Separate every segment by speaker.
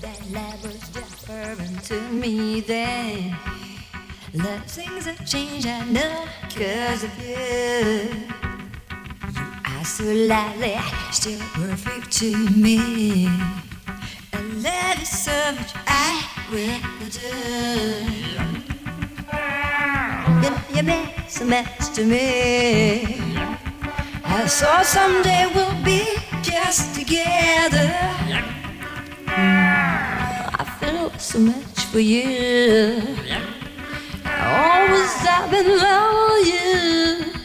Speaker 1: that love was just referring to me then. Love things have changed, I know, cause of you. You are so lovely, still perfect to me. I love you so much, I will do. You, you mean so much to me. I saw someday we'll be just together. I feel so much for you. I always have been love with you.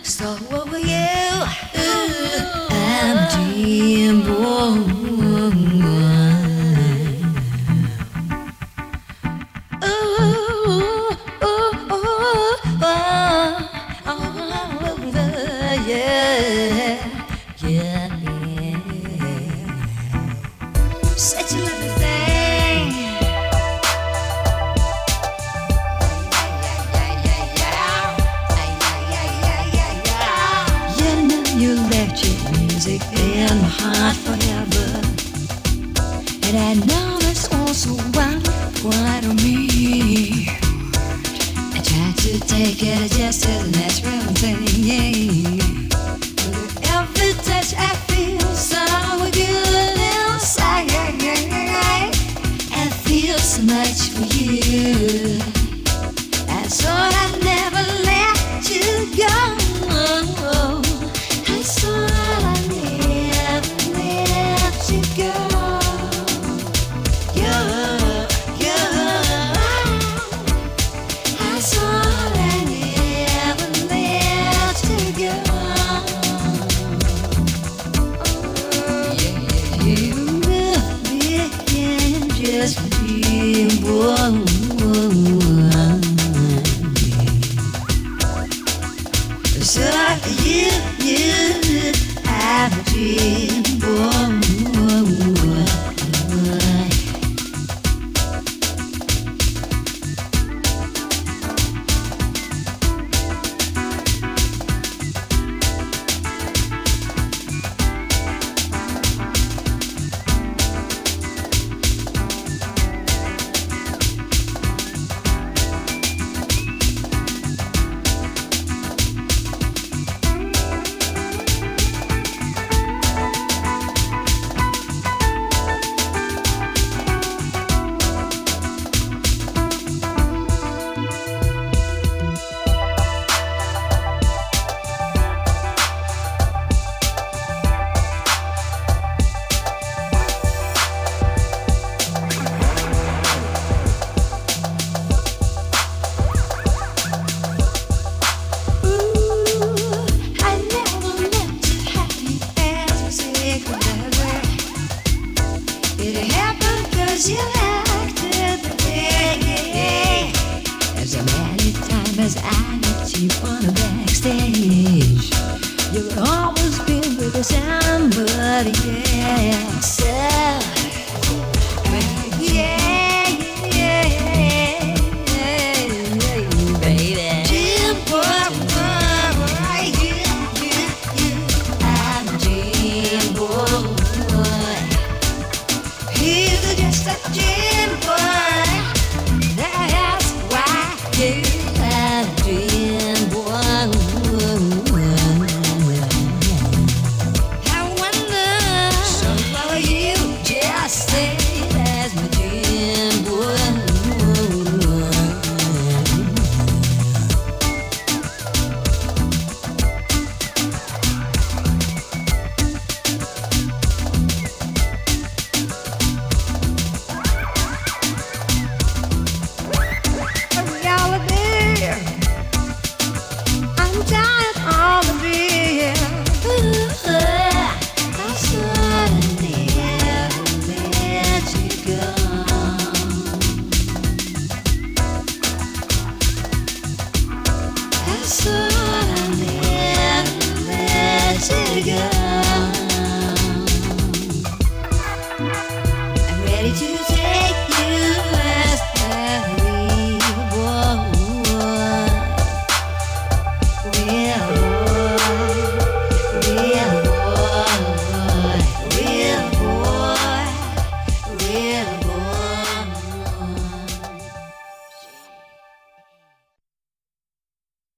Speaker 1: So over you. Ooh, I'm dreaming. Ooh, ooh, ooh, I'm over you. Yeah, yeah. Such a lovely thing. You know you left your music in my heart forever. And I know that's also one part of me. I try to take it just as a natural thing. With every touch I feel so good inside. I feel so much for you. I thought I'd never let you go. I thought I'd never let you go. Yo, yo. I thought I'd never let you go. You really can just be one. So you, you, I'm a dream boy. I never meant to have you as a secret lover. It happened 'cause you acted the way. As many times as I met you on the backstage, you've always been with somebody else. Yeah, yeah, yeah, baby. Jim, boy, boy, you, you, you, I'm Jim, boy. He's just a Jim.